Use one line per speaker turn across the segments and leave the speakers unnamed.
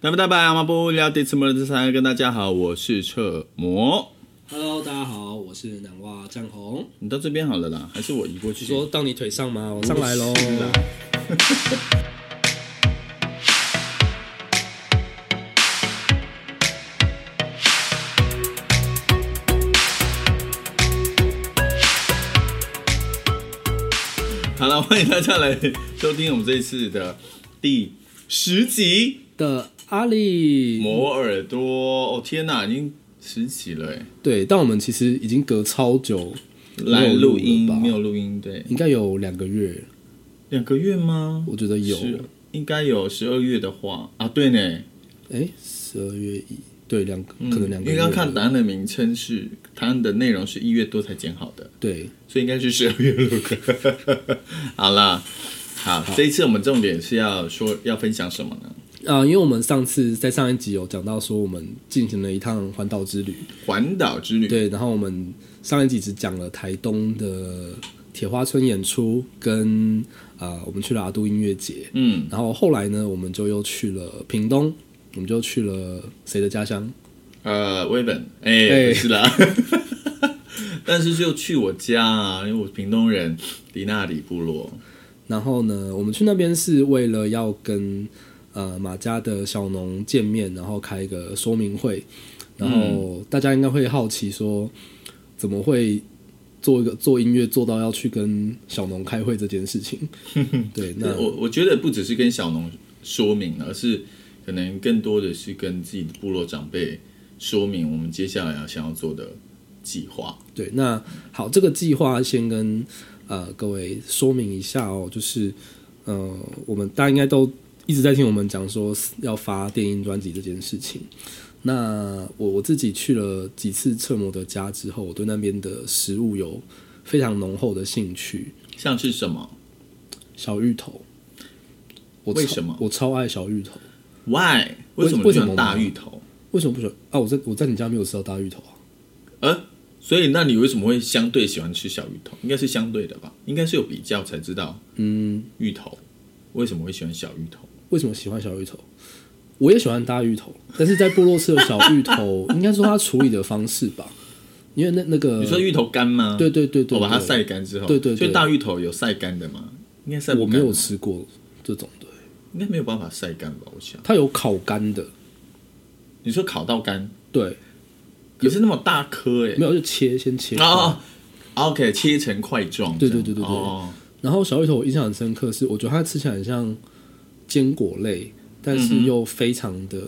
那么大白阿妈不聊第次摩的三跟大家好，我是彻魔。
Hello，大家好，我是南蛙战红。
你到这边好了啦，还是我移过去？
你说到你腿上吗？我上来喽。
好了，欢迎大家来收听我们这一次的第十集
的阿里
《磨耳朵》。哦天哪，已经十集了哎！
对，但我们其实已经隔超久
来录音
没有了吧
没有录音？对，
应该有两个月，
两个月吗？
我觉得有。
是应该有十二月的话啊，对呢，
哎，十二月一，对，两个可能两
因
个
为
月。
刚看答案的名称是答案的内容是一月多才剪好的。
对，
所以应该是十二月录的。 好啦，好，这一次我们重点是要说要分享什么呢？
啊、因为我们上次在上一集有讲到说我们进行了一趟环岛之旅，
环岛之旅。
对，然后我们上一集只讲了台东的铁花村演出，跟啊、呃我们去了阿都音乐节，
嗯，
然后后来呢，我们就又去了屏东，我们就去了谁的家乡？
呃，威本，哎、
哎
不是啦， 但是就去我家啊，因为我屏东人，迪纳里部落。
然后呢，我们去那边是为了要跟呃马家的小农见面，然后开一个说明会。然后大家应该会好奇说，怎么会做一个做音乐做到要去跟小农开会这件事情？对，那
我我觉得不只是跟小农说明，而是可能更多的是跟自己的部落长辈说明我们接下来要想要做的计划。
对，那好，这个计划先跟呃各位说明一下哦，就是呃，我们大家应该都一直在听我们讲说要发电音专辑这件事情。那我我自己去了几次侧模的家之后，我对那边的食物有非常浓厚的兴趣。
像是什么
小芋头，我
为
超
什么
我超爱小芋头？
？Why？为什么
为
这
什么
样大芋头？
为什么不喜欢啊？我在我在你家没有吃到大芋头啊？
呃，所以那你为什么会相对喜欢吃小芋头？应该是相对的吧，应该是有比较才知道
嗯，
芋头为什么会喜欢小芋头。
为什么喜欢小芋头？我也喜欢大芋头，但是在部落吃的小 芋头，应该说它处理的方式吧，因为那那个
你说芋头干吗？
对对对对，
我把它
对
晒干之后，
对对对
所以大芋头有晒干的吗？应该晒不
我
干
没
吧
有，吃过这种的，
应该没有办法晒干吧？我想，
它有烤干的，
你说烤到干，
对，
可是那么大颗哎、
没有就切先切
啊、哦 OK，切成块状这
嗯对
样，
对对对对
哦，
然后小芋头我印象很深刻是，我觉得它吃起来很像坚果类，但是又非常的，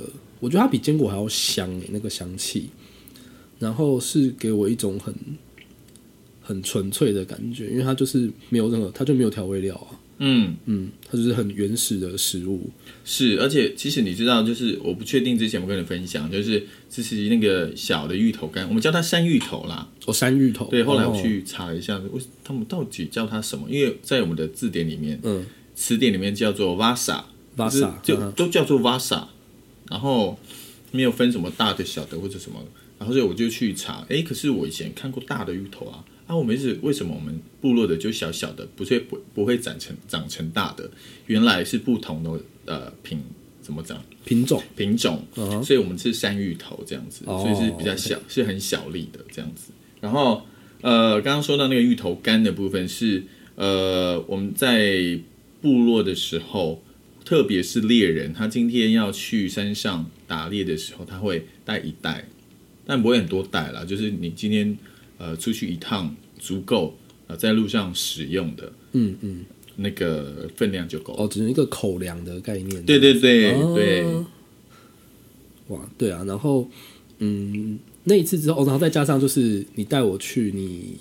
我觉得它比坚果还要香诶，那个香气。然后是给我一种很很纯粹的感觉，因为它就是没有任何，它就没有调味料啊，
嗯，
嗯，它就是很原始的食物。
是，而且其实你知道，就是我不确定之前我跟你分享，就是这是那个小的芋头干，我们叫它山芋头啦。
哦，山芋头，
对，后来我
哦，
去查了一下，为他们到底叫它什么？因为在我们的字典里面，
嗯
词典里面叫做 vasa，
，vasa，
就
嗯
都叫做 vasa，然后没有分什么大的、小的或者什么的。然后所以我就去查，诶，可是我以前看过大的芋头啊，啊，我们一直为什么我们部落的就小小的，不是不不会长成长成大的？原来是不同的呃品怎么讲
品种，
品种
嗯哼
所以我们是山芋头这样子，
哦
所以是比较小，是很小粒的这样子。然后呃，刚刚说到那个芋头干的部分是呃，我们在部落的时候，特别是猎人，他今天要去山上打猎的时候，他会带一袋，但不会很多袋啦，就是你今天呃出去一趟足够呃在路上使用的
嗯嗯，
那个分量就够了。
哦，只是一个口粮的概念，
对对对、
哦
对，
哇，对啊，然后嗯，那一次之后，哦然后再加上就是你带我去你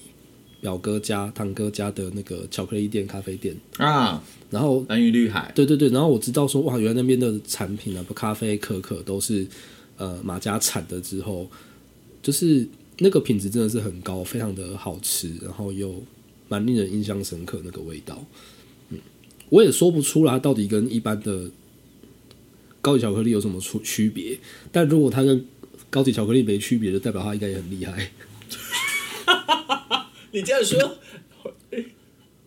表哥家、堂哥家的那个巧克力店、咖啡店，
啊，
然后
蓝鱼绿海。
对对对，然后我知道说哇，原来那边的产品啊，不咖啡、可可都是呃马家产的，之后就是那个品质真的是很高，非常的好吃，然后又蛮令人印象深刻那个味道。嗯，我也说不出来它到底跟一般的高级巧克力有什么出区别，但如果它跟高级巧克力没区别，就代表它应该也很厉害。
你这样说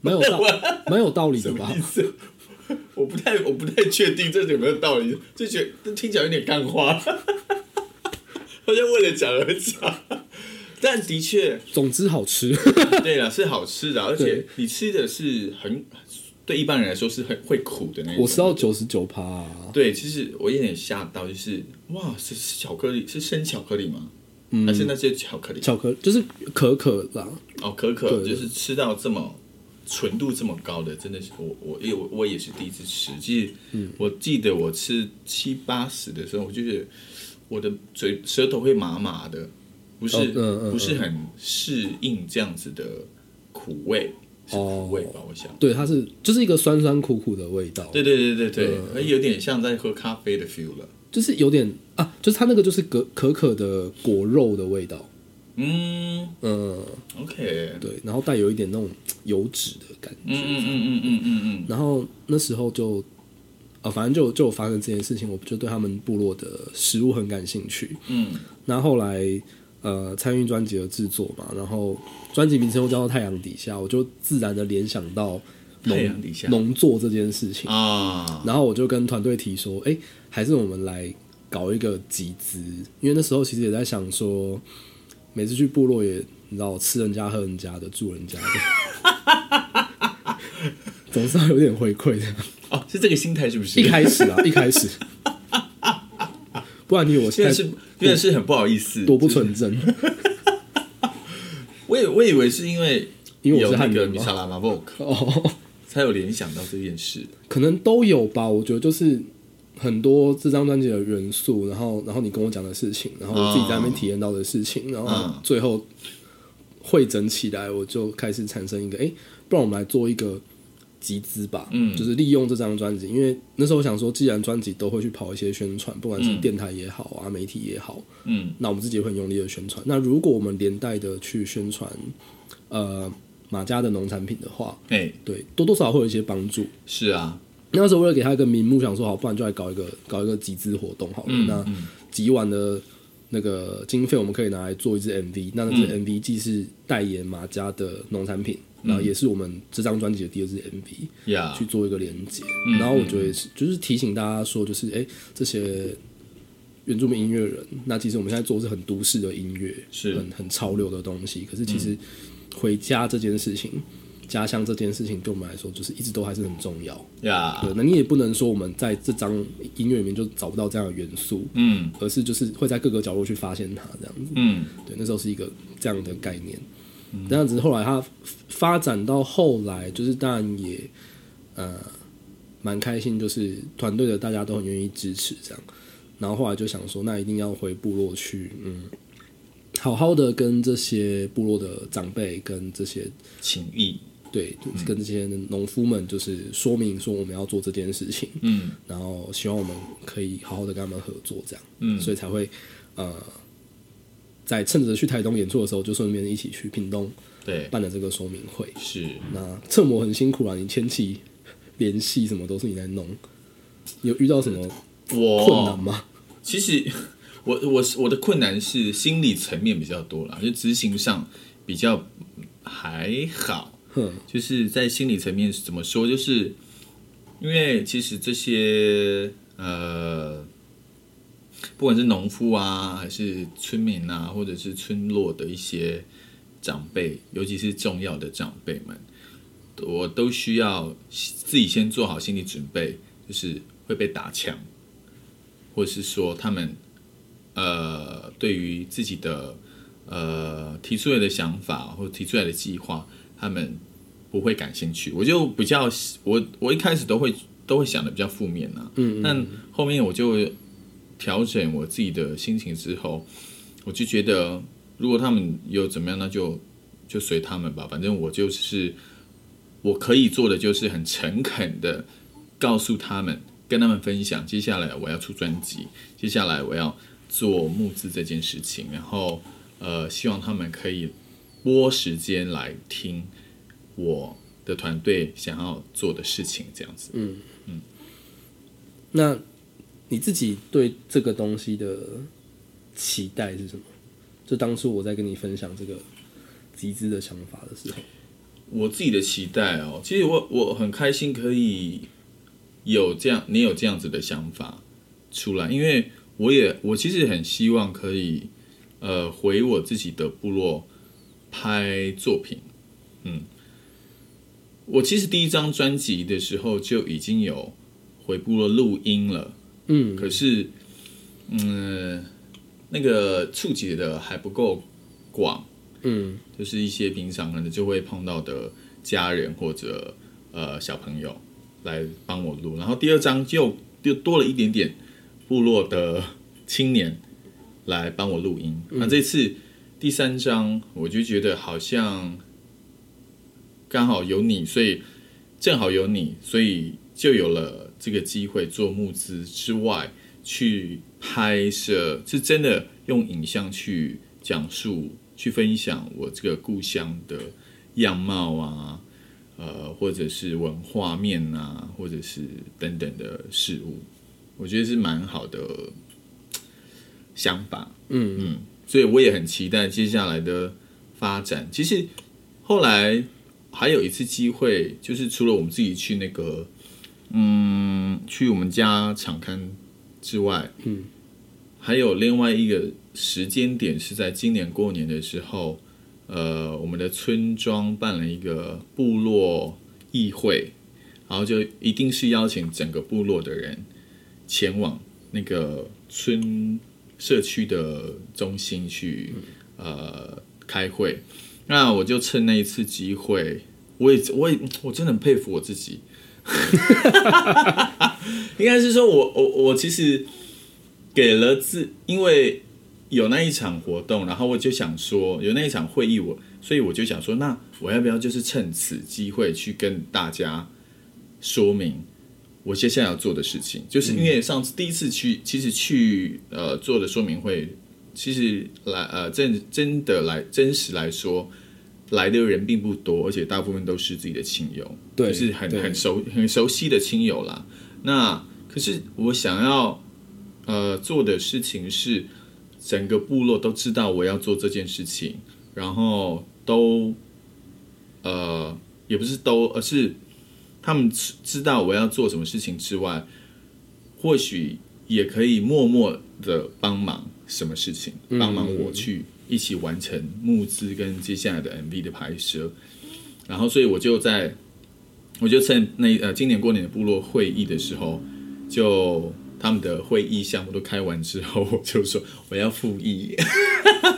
蛮有道，蛮有道理的吧？
意思？ 我不太我不太确定这有没有道理，就觉得这听起来有点干话， 好像为了讲而讲。但的确，
总之好吃，
对了，是好吃的，而且你吃的是很对一般人来说是很会苦的那种。
我吃到九十九趴，
对，其实我有点吓到，就是哇，是是巧克力，是生巧克力吗？还是那些巧克力？
巧克力就是可可啦，
哦，可可
对
就是吃到这么纯度这么高的，真的是我我因为我我也是第一次吃。其实
嗯
我记得我吃七八十的时候，我就觉得我的嘴舌头会麻麻的，不是、
哦嗯嗯
不是很适应这样子的苦味，是
哦
苦味吧？我想。
对，它是就是一个酸酸苦苦的味道，
对对对对
嗯
对，而有点像在喝咖啡的 feel 了。
就是有点啊，就是它那个就是可可可的果肉的味道，
嗯
嗯，
，OK，
对，然后带有一点那种油脂的感
嗯
觉，
嗯嗯嗯嗯嗯
然后那时候就啊，反正就就有发生这件事情，我就对他们部落的食物很感兴趣，
嗯
然后后来呃参与专辑的制作嘛，然后专辑名称又叫做《太阳底下》，我就自然的联想到农
太阳底下
农作这件事情
嗯，啊，
然后我就跟团队提说，哎、还是我们来搞一个集资，因为那时候其实也在想说，每次去部落也你知道吃人家喝人家的住人家的， 总是要有点回馈的。
哦，是这个心态是不是？
一开始 啊，一开始，不然你以为我
真
现
的是
在
真的是很不好意思，
多不纯 真，
我以我以为是因为
因为我
有
是
那
汉
个
人
米
嘛
萨拉马沃克
哦，
才有联想到这件事。
可能都有吧。我觉得就是很多这张专辑的元素，然后然后你跟我讲的事情，然后我自己在那边体验到的事情，然后
嗯
最后汇整起来，我就开始产生一个，哎、不然我们来做一个。集资吧，
嗯
就是利用这张专辑，因为那时候我想说，既然专辑都会去跑一些宣传，不管是
嗯
电台也好啊，媒体也好，
嗯
那我们自己也会很用力的宣传。那如果我们连带的去宣传，呃，马家的农产品的话，
哎、
对，多多少少会有一些帮助。
是啊，
那时候为了给他一个名目，想说好，不然就来搞一个搞一个集资活动好了。
嗯
那
嗯
几万的那个经费，我们可以拿来做一支 MV。那那
嗯
支 MV 既是代言马家的农产品，然后也是我们这张专辑的第二支 MV。
呀
去，做一个连接。
嗯
然后我觉得是，就是提醒大家说，就是哎、诶这些原住民音乐人，那其实我们现在做的是很都市的音乐，
是嗯
很很潮流的东西。可是其实回家这件事情，家乡这件事情，对我们来说，就是一直都还是很重要。
呀
对，，那你也不能说我们在这张音乐里面就找不到这样的元素。
嗯
而是就是会在各个角落去发现它这样子，
嗯
对，那时候是一个这样的概念。这样子，后来它发展到后来，就是当然也呃蛮开心，就是团队的大家都很愿意支持这样。然后后来就想说，那一定要回部落去，嗯，好好的跟这些部落的长辈跟这些
情谊，
对
嗯
跟这些农夫们，就是说明说我们要做这件事情，
嗯
然后希望我们可以好好的跟他们合作这样。
嗯，
所以才会呃，在趁着去台东演出的时候，就顺便一起去屏东
对，
办了这个说明会。
是
那侧模很辛苦啊，你前期联系什么都是你在弄，有遇到什么困难
我
吗？
其实我我我的困难是心理层面比较多啦，就执行上比较还好，
哼，
就是在心理层面是怎么说，就是因为其实这些呃，不管是农夫啊，还是村民啊，或者是村落的一些长辈，尤其是重要的长辈们，我都需要自己先做好心理准备，就是会被打枪，或者是说他们呃，对于自己的呃提出来的想法或提出来的计划，他们不会感兴趣。我就比较我我一开始都会都会想的比较负面啊，嗯但后面我就调整我自己的心情之后，我就觉得如果他们有怎么样，那就就随他们吧，反正我就是我可以做的就是很诚恳的告诉他们。跟他们分享，接下来我要出专辑，接下来我要做募资这件事情，然后呃，希望他们可以拨时间来听我的团队想要做的事情，这样子。
那
哦
你自己对这个东西的期待是什么？就当初我在跟你分享这个集资的想法的时候，
我自己的期待哦，其实我我很开心可以有这样，你有这样子的想法出来，因为我也我其实很希望可以呃回我自己的部落拍作品，嗯，我其实第一张专辑的时候就已经有回部落录音了，
嗯，
可是嗯那个触及的还不够广，
嗯，
就是一些平常可能就会碰到的家人或者呃小朋友来帮我录，然后第二章就又多了一点点部落的青年来帮我录音。那这次第三章我就觉得好像刚好有你，所以正好有你，所以就有了这个机会做募资之外去拍摄，是真的用影像去讲述、去分享我这个故乡的样貌啊，呃，或者是文化面啊，或者是等等的事物，我觉得是蛮好的嘖想法。
嗯
嗯，所以我也很期待接下来的发展。其实后来还有一次机会，就是除了我们自己去那个，嗯，去我们家场刊之外，嗯，还有另外一个时间点是在今年过年的时候，呃，我们的村庄办了一个部落议会，然后就一定是邀请整个部落的人前往那个村社区的中心去呃开会。那我就趁那一次机会，我也我也我真的很佩服我自己，应该是说我我我其实给了自，因为有那一场活动，然后我就想说有那一场会议我，所以我就想说，那我要不要就是趁此机会去跟大家说明我接下来要做的事情，就是因为上次第一次去，其实去呃做的说明会，其实来呃真真的来真实来说，来的人并不多，而且大部分都是自己的亲友，
对
就是很
对
很熟很熟悉的亲友啦。那可是我想要呃做的事情是，整个部落都知道我要做这件事情，然后都呃也不是都，而是他们知知道我要做什么事情之外，或许也可以默默的帮忙什么事情，帮忙我去一起完成募资跟接下来的 MV 的拍摄。然后，所以我就在，我就趁那呃今年过年的部落会议的时候，就他们的会议项目都开完之后，我就说我要复议，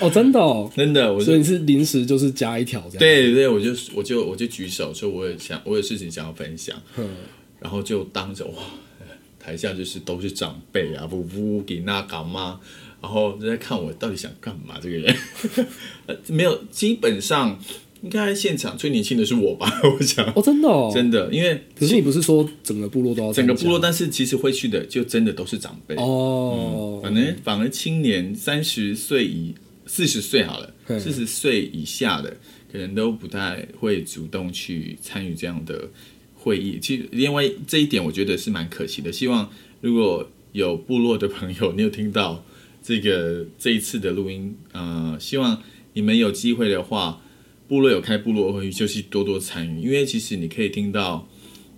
哦，真的哦，
真的，我就
所以你是临时就是加一条这样，，
对对，我就我就我就举手说我也想我有事情想要分享，
嗯
然后就当着哇，台下就是都是长辈啊，不不给那干嘛，然后就在看我到底想干嘛这个人， 呃，没有，基本上应该现场最年轻的是我吧，我想
哦，真的哦，
真的，因为
可是你不是说整个部落都要
整
参加
个部落，但是其实会去的就真的都是长辈，
哦，
反正反而青年三十岁以四十岁好了，
嗯
四十岁以下的可能都不太会主动去参与这样的会议。其实，另外这一点我觉得是蛮可惜的。希望如果有部落的朋友，你有听到这个 这一次的录音，呃，希望你们有机会的话，部落有开部落会议，就去多多参与，因为其实你可以听到。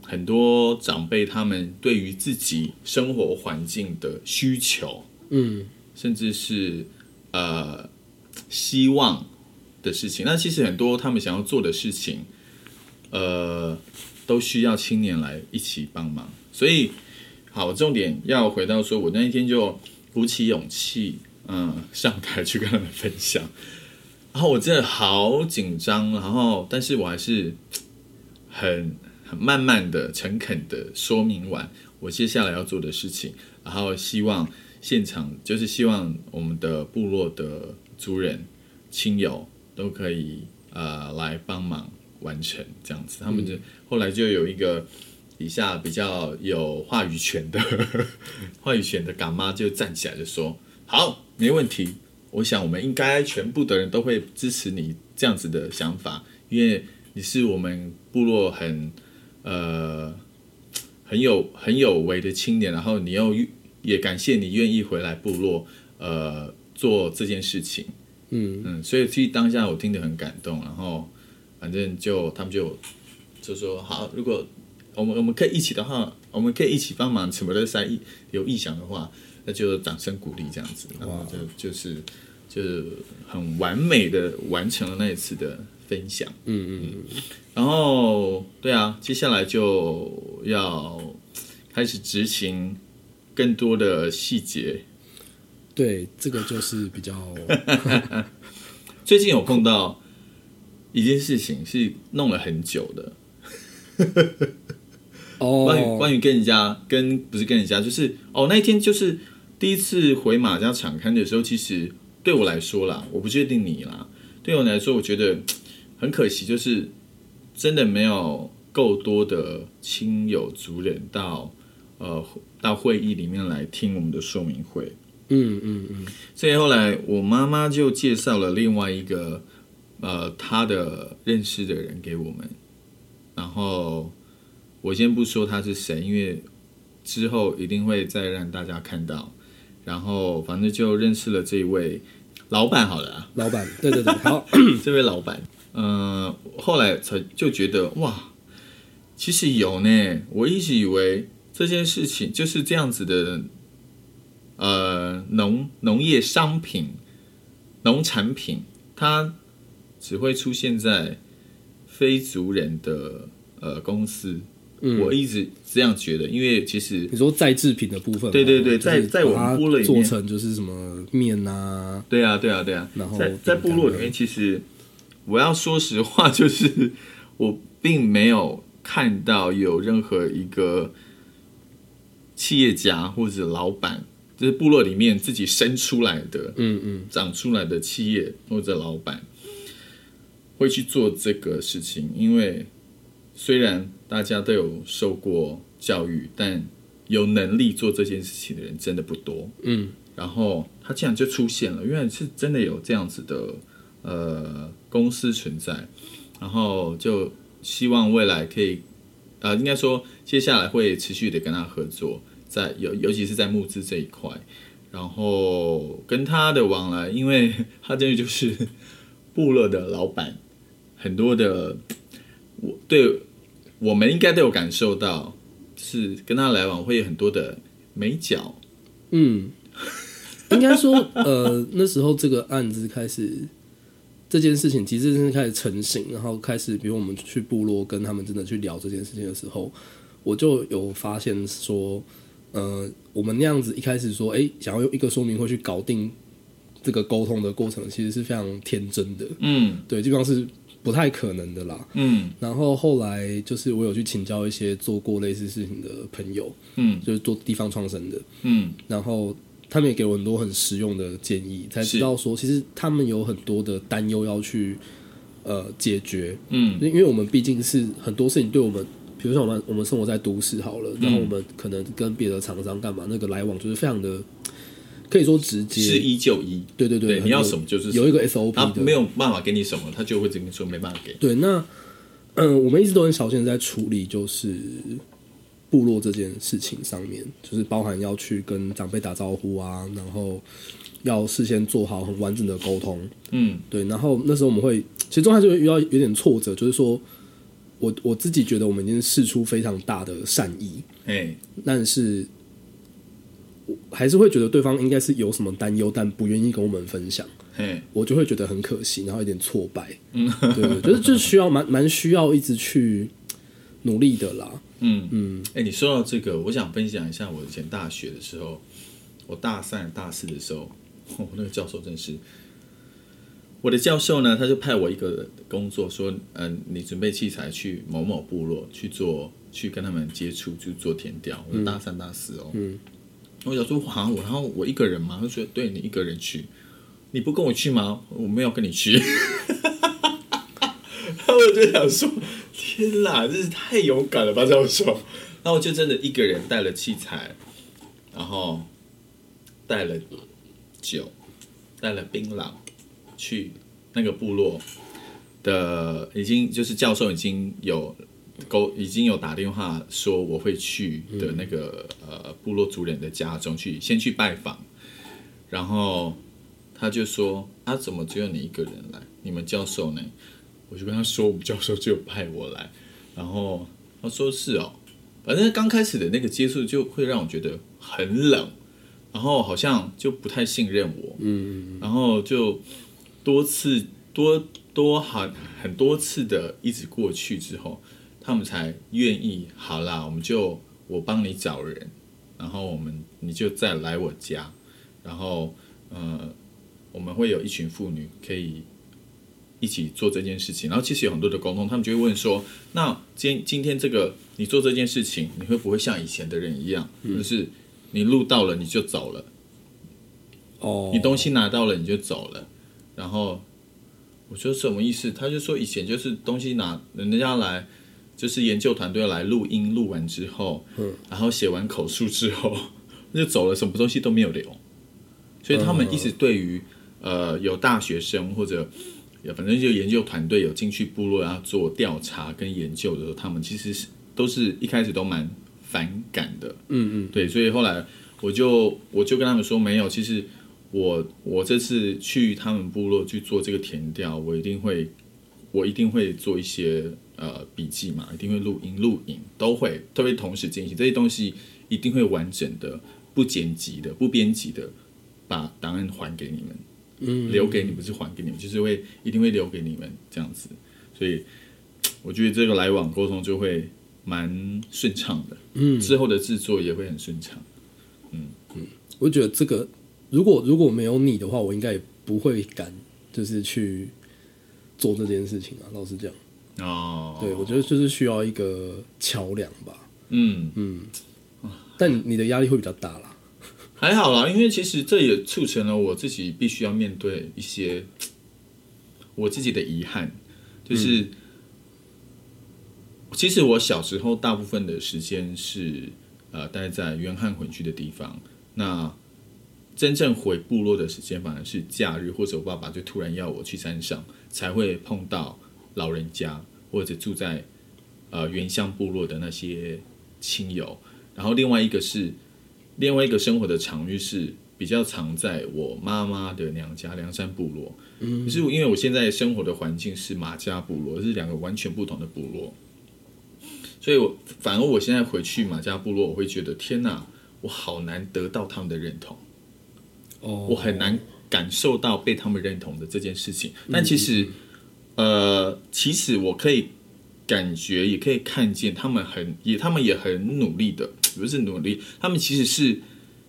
很多长辈他们对于自己生活环境的需求，
嗯
甚至是呃希望的事情。那其实很多他们想要做的事情，呃，都需要青年来一起帮忙。所以，好，重点要回到说，我那一天就鼓起勇气，嗯， 上台去跟他们分享。然后我真的好紧张，然后但是我还是很很慢慢的、诚恳的说明完我接下来要做的事情，然后希望现场就是希望我们的部落的族人、亲友都可以呃来帮忙完成这样子。他们就、后来就有一个以下比较有话语权的 话语权的干妈就站起来就说：“好，没问题，我想我们应该全部的人都会支持你这样子的想法，因为你是我们部落很呃很有很有为的青年，然后你又也感谢你愿意回来部落呃做这件事情。
嗯，
嗯，所以其实当下我听得很感动，然后反正就他们就就说好，如果我们我们可以一起的话，我们可以一起帮忙什么的塞意有意向的话，那就掌声鼓励这样子，然后就就是就是很完美的完成了那一次的分享。
嗯嗯，
然后对啊，接下来就要开始执行更多的细节。
对，这个就是比 较
最近有碰到一件事情是弄了很久的，关于
哦，
关于跟人家跟不是跟人家，就是哦那一天就是第一次回马家场刊的时候，其实对我来说啦，我不确定你啦，对我来说，我觉得嗯很可惜，就是真的没有够多的亲友族人到呃到会议里面来听我们的说明会，
嗯嗯嗯，
所以后来我妈妈就介绍了另外一个呃她的认识的人给我们，然后我先不说他是谁，因为之后一定会再让大家看到。然后反正就认识了这位老板好了啊、
老板，对对对，好，
这位老板，呃，后来才就觉得哇，其实有呢。我一直以为这件事情就是这样子的，呃，农农业商品、农产品，它只会出现在非族人的呃公司。
嗯
我一直这样觉得，因为其实
你说再制品的部分嘛，
对对对
就
在
是
在我们
把它
部落里
做
面
成就是什么面啊，
对啊，对啊，对啊。
然后
在在部落里面，其实我要说实话，就是我并没有看到有任何一个企业家或者老板，就是部落里面自己生出来的、
嗯嗯，
长出来的企业或者老板会去做这个事情，因为虽然大家都有受过教育，但有能力做这件事情的人真的不多。
嗯
然后它竟然就出现了，原来是真的有这样子的呃公司存在，然后就希望未来可以，呃，应该说接下来会持续的跟他合作，在尤尤其是在募资这一块，然后跟他的往来，因为他真的就是部落的老板，很多的呃我对我们应该都有感受到，是跟他来往会有很多的美角。
嗯， 应该说，呃，那时候这个案子开始，这件事情其实是开始成型，然后开始，比如我们去部落跟他们真的去聊这件事情的时候，我就有发现说，呃，我们那样子一开始说，哎、想要用一个说明会去搞定这个沟通的过程，其实是非常天真的，
嗯
对，基本上是不太可能的啦。
嗯
然后后来就是我有去请教一些做过类似事情的朋友，
嗯
就是做地方创生的，
嗯
然后他们也给我很多很实用的建议，才知道说其实他们有很多的担忧要去呃解决，
嗯
因为我们毕竟是很多事情对我们。比如说我们我们生活在都市好了，
嗯
然后我们可能跟别的厂商干嘛，那个来往就是非常的，可以说直
是
接，
一就一，
对对对，
对，
很
你要
有
什么就是什
有
么，
一个 SOP
他
的，
没有办法给你什么，他就会直接说没办法给。
对，那嗯、呃我们一直都很小心的在处理，就是部落这件事情上面，就是包含要去跟长辈打招呼啊，然后要事先做好很完整的沟通。
嗯
对，然后那时候我们会，其实中间就会遇到有点挫折，就是说我我自己觉得我们已经试出非常大的善意，
哎，
但是。我还是会觉得对方应该是有什么担忧，但不愿意跟我们分享。
嘿，
我就会觉得很可惜，然后有点挫败。嗯，对，就是就是需要蛮蛮需要一直去努力的啦。
嗯嗯，哎，你说到这个，我想分享一下我以前大学的时候，我大三大四的时候， 我那个教授真是，我的教授呢，他就派我一个工作，说，嗯、你准备器材去某某部落去做，去跟他们接触，去做田调。我大三大四哦，
嗯，
我想说，哇，我然后我一个人嘛，他说，对你一个人去，你不跟我去吗？我没有跟你去。 然后我就想说，天哪，真是太勇敢了吧，教授。然后我就真的一个人带了器材，然后带了酒，带了槟榔，去那个部落的，已经就是教授已经有沟，已经有打电话说我会去的那个、呃部落族人的家中去，先去拜访，然后他就说啊，怎么只有你一个人来？你们教授呢？我就跟他说，我们教授只有派我来，然后他说是哦，反正刚开始的那个接触就会让我觉得很冷，然后好像就不太信任我，嗯，然后就多次多多很很多次的一直过去之后，他们才愿意好啦，我们就我帮你找人，然后我们你就再来我家，然后呃，我们会有一群妇女可以一起做这件事情，然后其实有很多的沟通，他们就会问说，那今今天这个你做这件事情，你会不会像以前的人一样，就是你录到了你就走了，
哦，
你东西拿到了你就走了，然后我说什么意思？他就说以前就是东西拿人家来，就是研究团队来录音，录完之后，
嗯
然后写完口述之后 就走了，什么东西都没有留，所以他们一直对于、呃有大学生或者呃反正就研究团队有进去部落要做调查跟研究的时候，他们其实是都是一开始都蛮反感的，
嗯嗯
对，所以后来我就我就跟他们说，没有，其实我我这次去他们部落去做这个填调，我一定会我一定会做一些呃笔记嘛，一定会录音录影都会都会同时进行，这些东西一定会完整的、不剪辑的、不编辑的把档案还给你们。
嗯，
留给你，不是还给你们，就是会一定会留给你们这样子。所以我觉得这个来往沟通就会蛮顺畅的，
嗯，
之后的制作也会很顺畅。
我觉得这个如果如果没有你的话，我应该也不会敢就是去做这件事情啊。老实讲，
哦，
对我觉得就是需要一个桥梁吧，
嗯，
但你的压力会比较大啦。
还好啦，因为其实这也促成了我自己必须要面对一些我自己的遗憾，就是、其实我小时候大部分的时间是呃待在原汉混居的地方，那真正回部落的时间反而是假日，或者我爸爸就突然要我去山上，才会碰到老人家或者住在呃原乡部落的那些亲友，然后另外一个是。另外一个生活的场域是比较常在我妈妈的娘家梁山部落，嗯，可是因为我现在生活的环境是马家部落，是两个完全不同的部落，所以我反而我现在回去马家部落，我会觉得天哪，我好难得到他们的认同，
哦，
我很难感受到被他们认同的这件事情。但其实，呃，其实我可以感觉，也可以看见他们很也，他们也很努力的，不是努力，他们其实是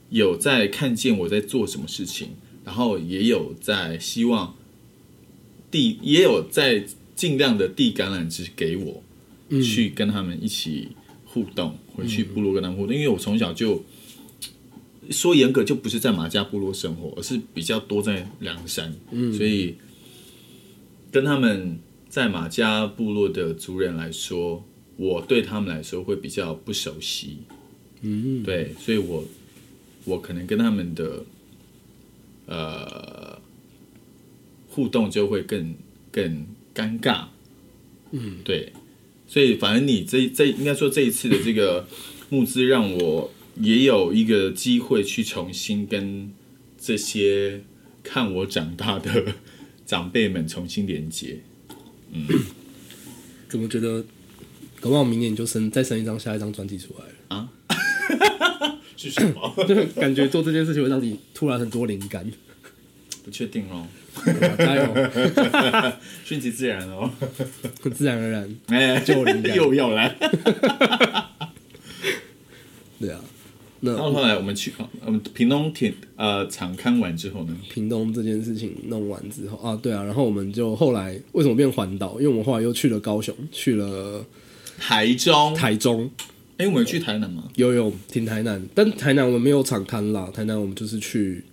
有在看见我在做什么事情，然后也有在希望递，也有在尽量的递橄榄枝给我，去跟他们一起互动，回去部落跟他们互动，因为我从小就。说严格就不是在马家部落生活，而是比较多在梁山，所以跟他们在马家部落的族人来说，我对他们来说会比较不熟悉，
嗯，
对，所以我我可能跟他们的呃互动就会更更尴尬，嗯，对，所以反正你这这应该说这一次的这个募资让我也有一个机会去重新跟这些看我长大的长辈们重新连接，
怎么觉得？搞不好明年你就生再生一张下一张专辑出来了，
是什么？
就是感觉做这件事情会让你突然很多灵 感。
不确定哦，
啊加油，
顺其自然哦。
自然而然。
哎，
就灵感
又要来。
对啊，那
然后后来我们去，呃我们屏东田呃场刊完之后呢，
屏东这件事情弄完之后啊，对啊，然后我们就后来为什么变环岛？因为我们后来又去了高雄，去了
台中，
台中，
哎，我们有去台南吗？
游泳停台南，但台南我们没有场刊啦，台南我们就是去，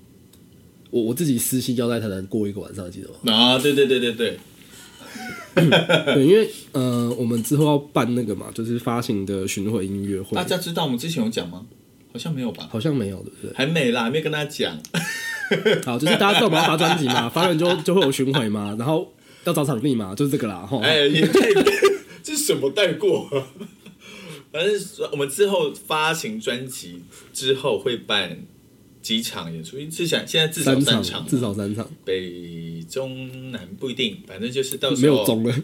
我我自己私心要在台南过一个晚上，记 得吗？
啊，对对对对对，
对，因为呃，我们之后要办那个嘛，就是发行的巡回音乐会
大，家知道我们之前有讲吗？好像没有吧，
好像没有，对不对？
还没啦，还没跟大家讲。
好，就是大家知道我们要发专辑嘛，发完就就会有巡回嘛，然后要找场地嘛，就是这个啦，吼。
哎，也太这是什么带 过、啊？反正我们之后发行专辑之后会办几场演出，因为至少现在至少
三
三场嘛，
至少三场，
北中南不一定，反正就是到时候
没有中了。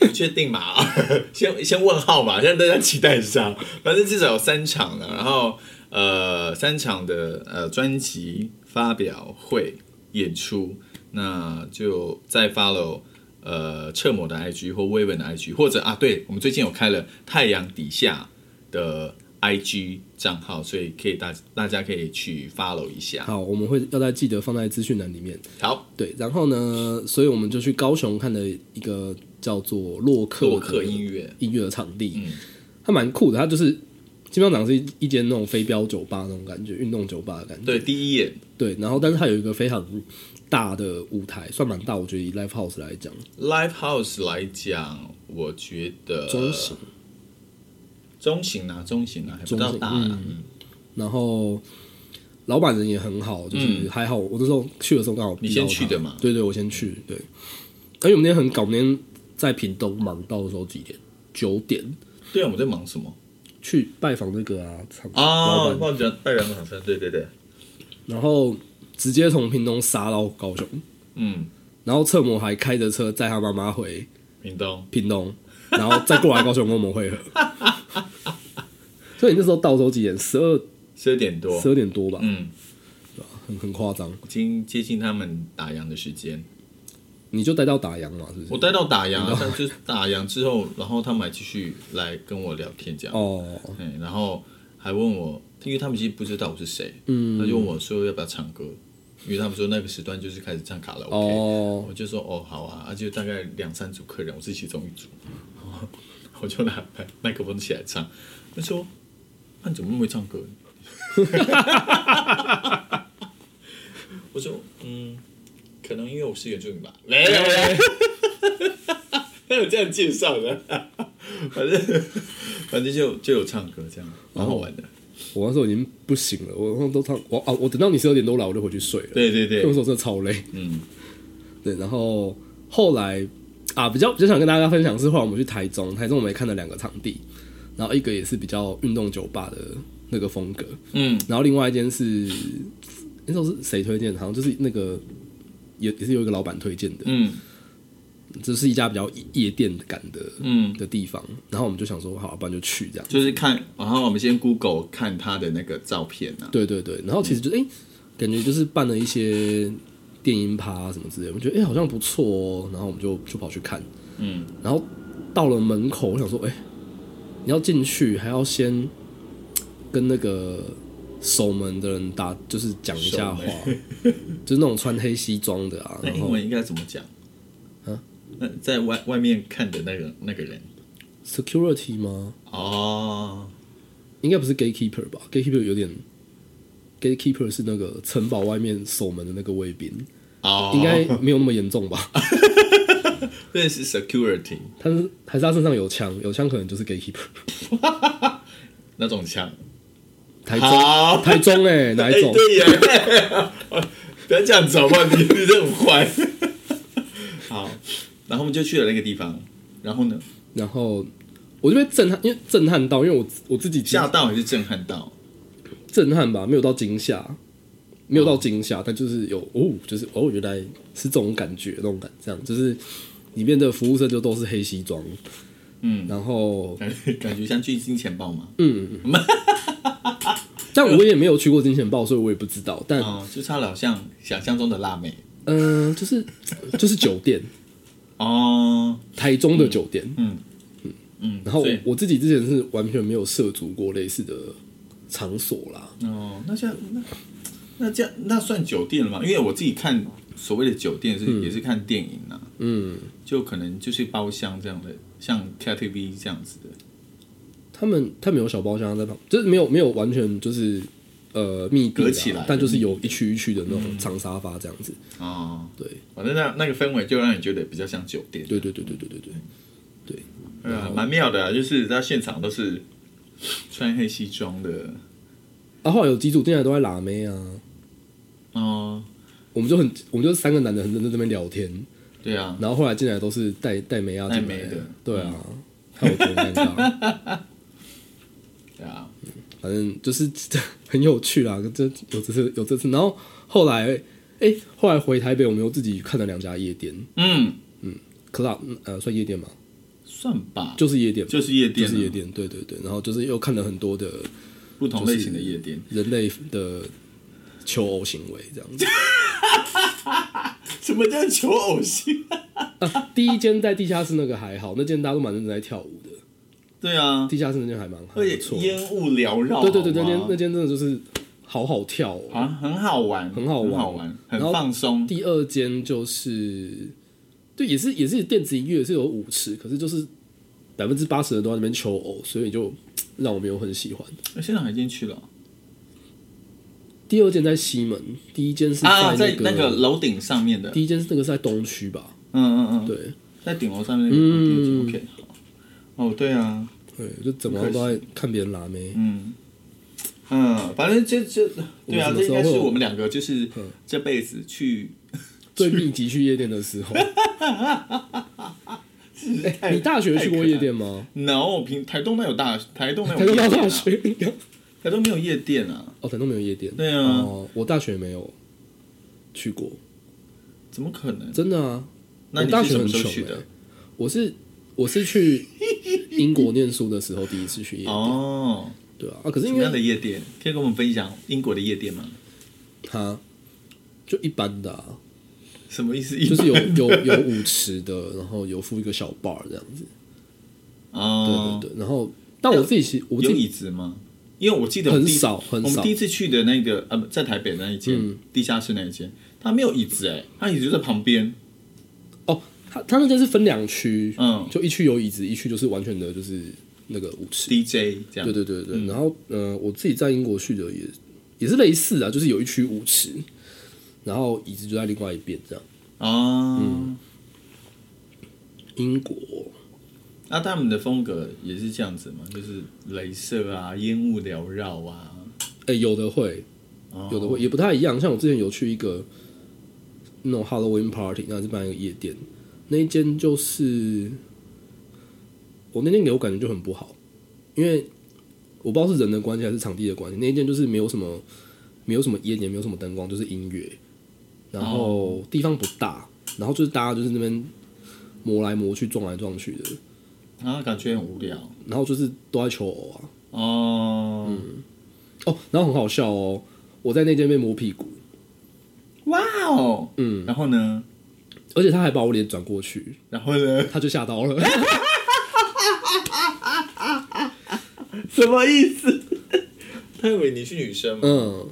不确定嘛， 先先问号嘛，让大家期待一下。反正至少有三场了，然后呃，三场的呃专辑发表会演出，那就再 follow 呃彻某的 IG 或微文的 IG，或者啊，对我们最近有开了太阳底下的 IG 账号，所以可以大大家可以去 follow 一下。
好，我们会要再记得放在资讯栏里面。
好，
对，然后呢，所以我们就去高雄看了一个叫做洛克
洛克
的
音乐，
音乐的场地，
嗯
它蛮酷的，它就是基本上讲是一一间那种飞镖酒吧那种感觉，运动酒吧的感觉。
对，第一眼
对，然后但是它有一个非常大的舞台，算蛮大，我觉得以 live house 来讲，
Live House 来讲，我觉得
中型。
中型啊，中型啊，还不
中
到
型
大啦。嗯
然后老板人也很好，就是
嗯
还好。我那时候去的时候刚好
你
遇到
先去
他
的嘛
对对，我先去。对，而且我们那天很搞，我们那天在屏东忙到的时候几点？九点
对啊，我们在忙什么？
去拜访那个啊厂老
啊，
板，
忘记了拜人好像对对对，
然后直接从屏东杀到高雄，
嗯，
然后侧模还开着车载他妈妈回
屏东，
屏东，然后再过来高雄跟我们会合。所以你那时候到的时候几点？十二
十二点多
十，二点多吧，
嗯，
很很夸张。
已经接近他们打烊的时间。
你就待到打烊嘛，是不
我
是？
待到打烊啊，但就是打烊之后，然后他们还继续来跟我聊天这样，
哦，
嗯，然后还问我，因为他们其实不知道我是谁，
嗯，
他就问我说要不要唱歌，因为他们说那个时段就是开始唱卡拉 OK，
哦，
我就说哦好啊，啊就大概两三组客人，我是其中一组，哦我就拿麦麦克风起来唱，他说那你怎么那么会唱歌？ 我说嗯，可能因为我是原住民吧，没有没有，他 有这样介绍的，反正反正就就有唱歌这样，蛮好玩的。
我那时候已经不行了，我那时候都唱我啊，我等到你十二点多来，我就回去睡了。
对对
那
对
时，候真的超累。
嗯，
对，然后后来啊，比较比较想跟大家分享是，后来我们去台中，台中我们也看了两个场地，然后一个也是比较运动酒吧的那个风格，
嗯，
然后另外一间是那时候是谁推荐的？好像就是那个也也是有一个老板推荐的，
嗯
这是一家比较夜店感的
嗯，
的地方。然后我们就想说，好，不然就去这样。
就是看，然后我们先 Google 看他的那个照片啊，
对对对，然后其实就哎、诶感觉就是办了一些电音趴什么之类的，我觉得哎、诶好像不错哦，然后我们就就跑去看，
嗯，
然后到了门口，我想说，哎、你要进去还要先嘖跟那个守门的人打，就是讲一下话
守，
就是那种穿黑西装的 啊，
那
然
英
后啊
文应该怎么讲？那在外外面看的那个那个人
security 吗？
哦，
应该不是 gatekeeper 吧？gatekeeper 有点。Gatekeeper 是那个城堡外面守门的那个卫兵，
哦，
应该没有那么严重吧？
对是 security
他是还是他身上有枪，有枪可能就是 gatekeeper。
那种枪，
台中，
好，
台中 哎、哪
哎
一种？
对耶， 不要这样子好不好？你你这很坏。 好，然后我们就去了那个地方，然后呢，
然后我就被震撼，因为震撼到，因为我我自己惊
吓到还是震撼到？
震撼吧，没有到惊吓，没有到惊吓，但就是有哦，就是哦，原来是这种感觉，那种感这样，就是里面的服务生就都是黑西装，
嗯，
然后
感觉感觉像巨金钱豹吗？
嗯但我也没有去过金钱豹，所以我也不知道，但
哦，就差了好像想象中的辣妹
嗯、呃就是就是酒店，
哦，
台中的酒店，
嗯，
然后我
所以
我自己之前是完全没有涉足过类似的场所啦，
哦，那这样那那这样那算酒店了吗？因为我自己看所谓的酒店是、也是看电影啊，
嗯，
就可能就是包厢这样的，像 KTV 这样子的。
他们他们有小包厢在旁，就是没有没有完全就是呃密闭啦
隔起来
但就是有一区一区的那种长沙发这样子。
哦，
对
反正那那个氛围就让你觉得比较像酒店，
对对对对对对对，
呃，蛮妙的、啊，就是在现场都是穿黑西装的，
然啊后来有几组进来都在拉妹啊，
哦，
我们就很我们就三个男的很认真在那边聊天，
对啊，
然后后来进来都是带带妹啊
带
进来
妹的
对啊，看我多尴尬。
对啊，
反正就是很有趣啦，这有这次有这次，然后后来哎、后来回台北，我们又自己看了两家夜店
嗯，
，club 呃算夜店嘛，
算吧，
就是夜店，
就是夜店
就
啊，
是夜店，对对对，然后就是又看了很多的
不同类型的夜店，
人类的求偶行为 这样子。
什么叫求偶性？
啊第一间在地下室那个还好，那间大家都蛮认真在跳舞的，
对啊，
地下室那间还蛮还
而
不
且
错。
烟雾缭绕，
对对对，
好
那
吗
间那间真的就是好好跳哦。
啊，很好玩，
很好玩
很好玩，很
然后
放松。
第二间就是，对，也是也是电子音乐是有舞池，可是就是百分之八十的人都在那边求偶，所以就让我没有很喜欢。
呃现在还进去了
第二间在西门，第一间是
啊，在
那
那个楼顶上面的，嗯
第一间是那个是在东区吧？
嗯嗯，
对
在顶楼上面那个
嗯
OK 好。哦，对啊，
对，就怎么样都在看别人拉妹。
嗯嗯，反正这这对啊，
我们
这应该
什么时
是
候会有嗯
我们两个就是这辈子去
最密集去夜店的 时候，
哎 太
哎你大学去过夜店吗？
no 平台东那有大台东那
台
有
中
夜
到
店
大
啊，
学， 你刚
台东没有夜店啊，
哦，台中没有夜店。
对啊
哦，我大学没有去过，
怎么可能？
真的啊。
那
我
你
大
是
学
什
很
么时候
穷
去
欸
的？
我是我是 去英国念书的时候第一次去夜店，
哦，
对啊，啊可
什
是因
么样的
为
夜店？可以跟我们分享英国的夜店吗？
它就一般的、啊，
什么意思？
就是有
一般的
有有舞池的，然后有附一个小 bar 这样子，
哦
对，对对，然后但我自己其我自
有
己
椅子吗？因为我记得我
很
第一
少很
我们
少嗯
第，一次去的那个呃，不在台北那一间、地下室那一间，它没有椅子哎、它椅子就在旁边。
哦，它它那间是分两区，
嗯
就一区有椅子，一区就是完全的就是那个舞池，
DJ 这样。
对对对对，然后呃，我自己在英国去的也也是类似啊，就是有一区舞池，然后椅子就在另外一边这样。
哦，
嗯英国
那他们的风格也是这样子嘛，就是镭射啊，烟雾缭绕啊。
哎、有的会，
哦
有的会也不太一样。像我之前有去一个那种 Halloween party，那是办一个夜店，那一间就是我那天给我感觉就很不好，因为我不知道是人的关系还是场地的关系，那一间就是没有什么没有什么烟，也没有什么灯光，就是音乐，然后地方不大，然后就是大家就是那边磨来磨去、撞来撞去的，
然后啊感觉很无聊
然后就是都在求偶啊，
哦。
哦，然后很好笑哦，我在那间被摸屁股。
哇哦，
嗯，
然后呢？
而且他还把我脸转过去，
然后呢？
他就吓到了。
什么意思？他以为你是女生吗？
嗯，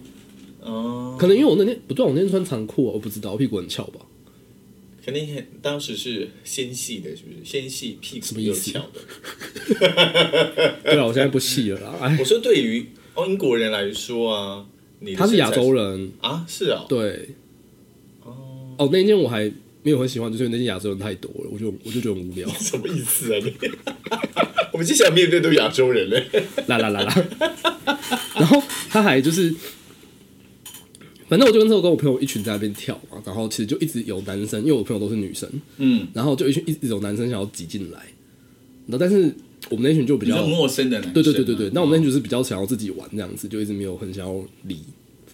哦，
可能因为我那天不对，我那天穿长裤啊、我不知道，我屁股很翘吧？
肯定很当时是纤细的，是不是？纤细屁股
什么意
又
思
翘的。
对啊，我现在不细了啦。哎
我，说对于哦英国人来说啊，你的
他是
身材
亚洲人，
啊，是啊、
对。
哦，
哦，那天我还没有很喜欢，就是因为那些亚洲人太多了，我就我就觉得很无聊。
什么意思啊你？ 我们接下来面对都亚洲人嘞，
啦啦啦啦。然后他还就是，反正我就跟之后跟我朋友一群在那边跳嘛，然后其实就一直有男生，因为我朋友都是女生，
嗯，
然后就一群一直有男生想要挤进来，然后但是我们那群就比
比
较
较陌生的男生，啊
对对对对对，，那我们那就是比较想要自己玩这样子，就一直没有很想要理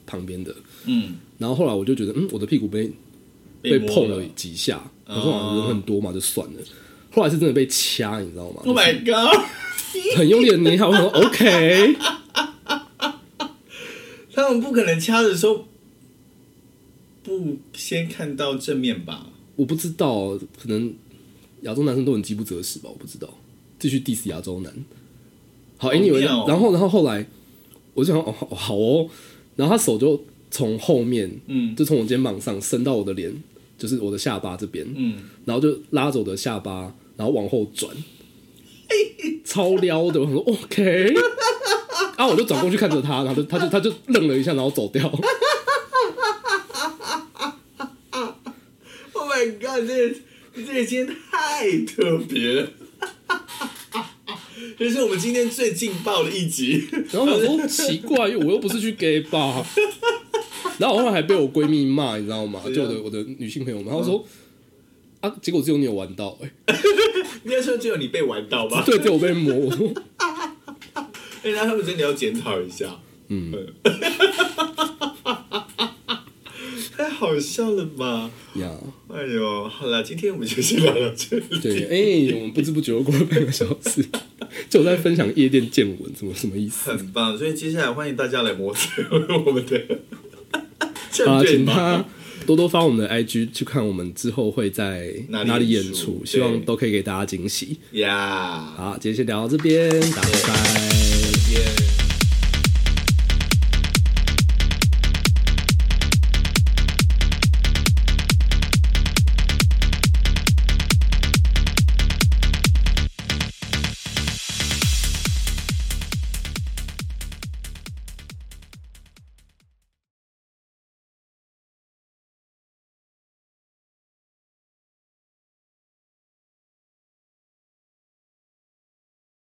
旁边的。
嗯，
然后后来我就觉得，嗯，我的屁股被被
摸
碰了几下，我说啊人很多嘛，就算了。后来是真的被掐，你知道吗？
，Oh my god，
很用力的捏一下，我想说 OK，
他们不可能掐的时候不先看到正面吧？
我不知道，可能亚洲男生都很饥不择食吧，我不知道。继续 diss 亚洲男。好
好
，anyway，
妙哦
然后然后后来我就想，哦，好好哦，然后他手就从后面，
嗯
就从我肩膀上伸到我的脸，就是我的下巴这边，
嗯，
然后就拉着我的下巴，然后往后转，超撩的。我想说 OK，啊，我就转过去看着他，然后就他就他就愣了一下，然后走掉。
Oh my god！这你这个今天太特别了，这是我们今天最劲爆的一集。
然后我想说奇怪，我又不是去 gay bar。然后我后来还被我闺蜜骂，你知道吗？
怎
就
样嗯
我的我的女性朋友们，她说。啊！结果只有你有玩到、欸，
应该说只有你被玩到吧？
对，只有我被摸。我说
哎、人家他们真的要检讨一下，
嗯，
太好笑了吧？
呀，
哎呦，好了，今天我们就先聊到这里。
对，哎、我们不知不觉又过了半个小时，就在分享夜店见闻，怎么什么意思？
很棒，所以接下来欢迎大家来磨蹭 我们的
啊，
战队
请
吗
他？多多发我们的 IG 去看，我们之后会在
哪里
哪里
演
演
出
出，
对
希望都可以给大家惊喜。
呀、
好，今天先聊到这边，大家拜拜。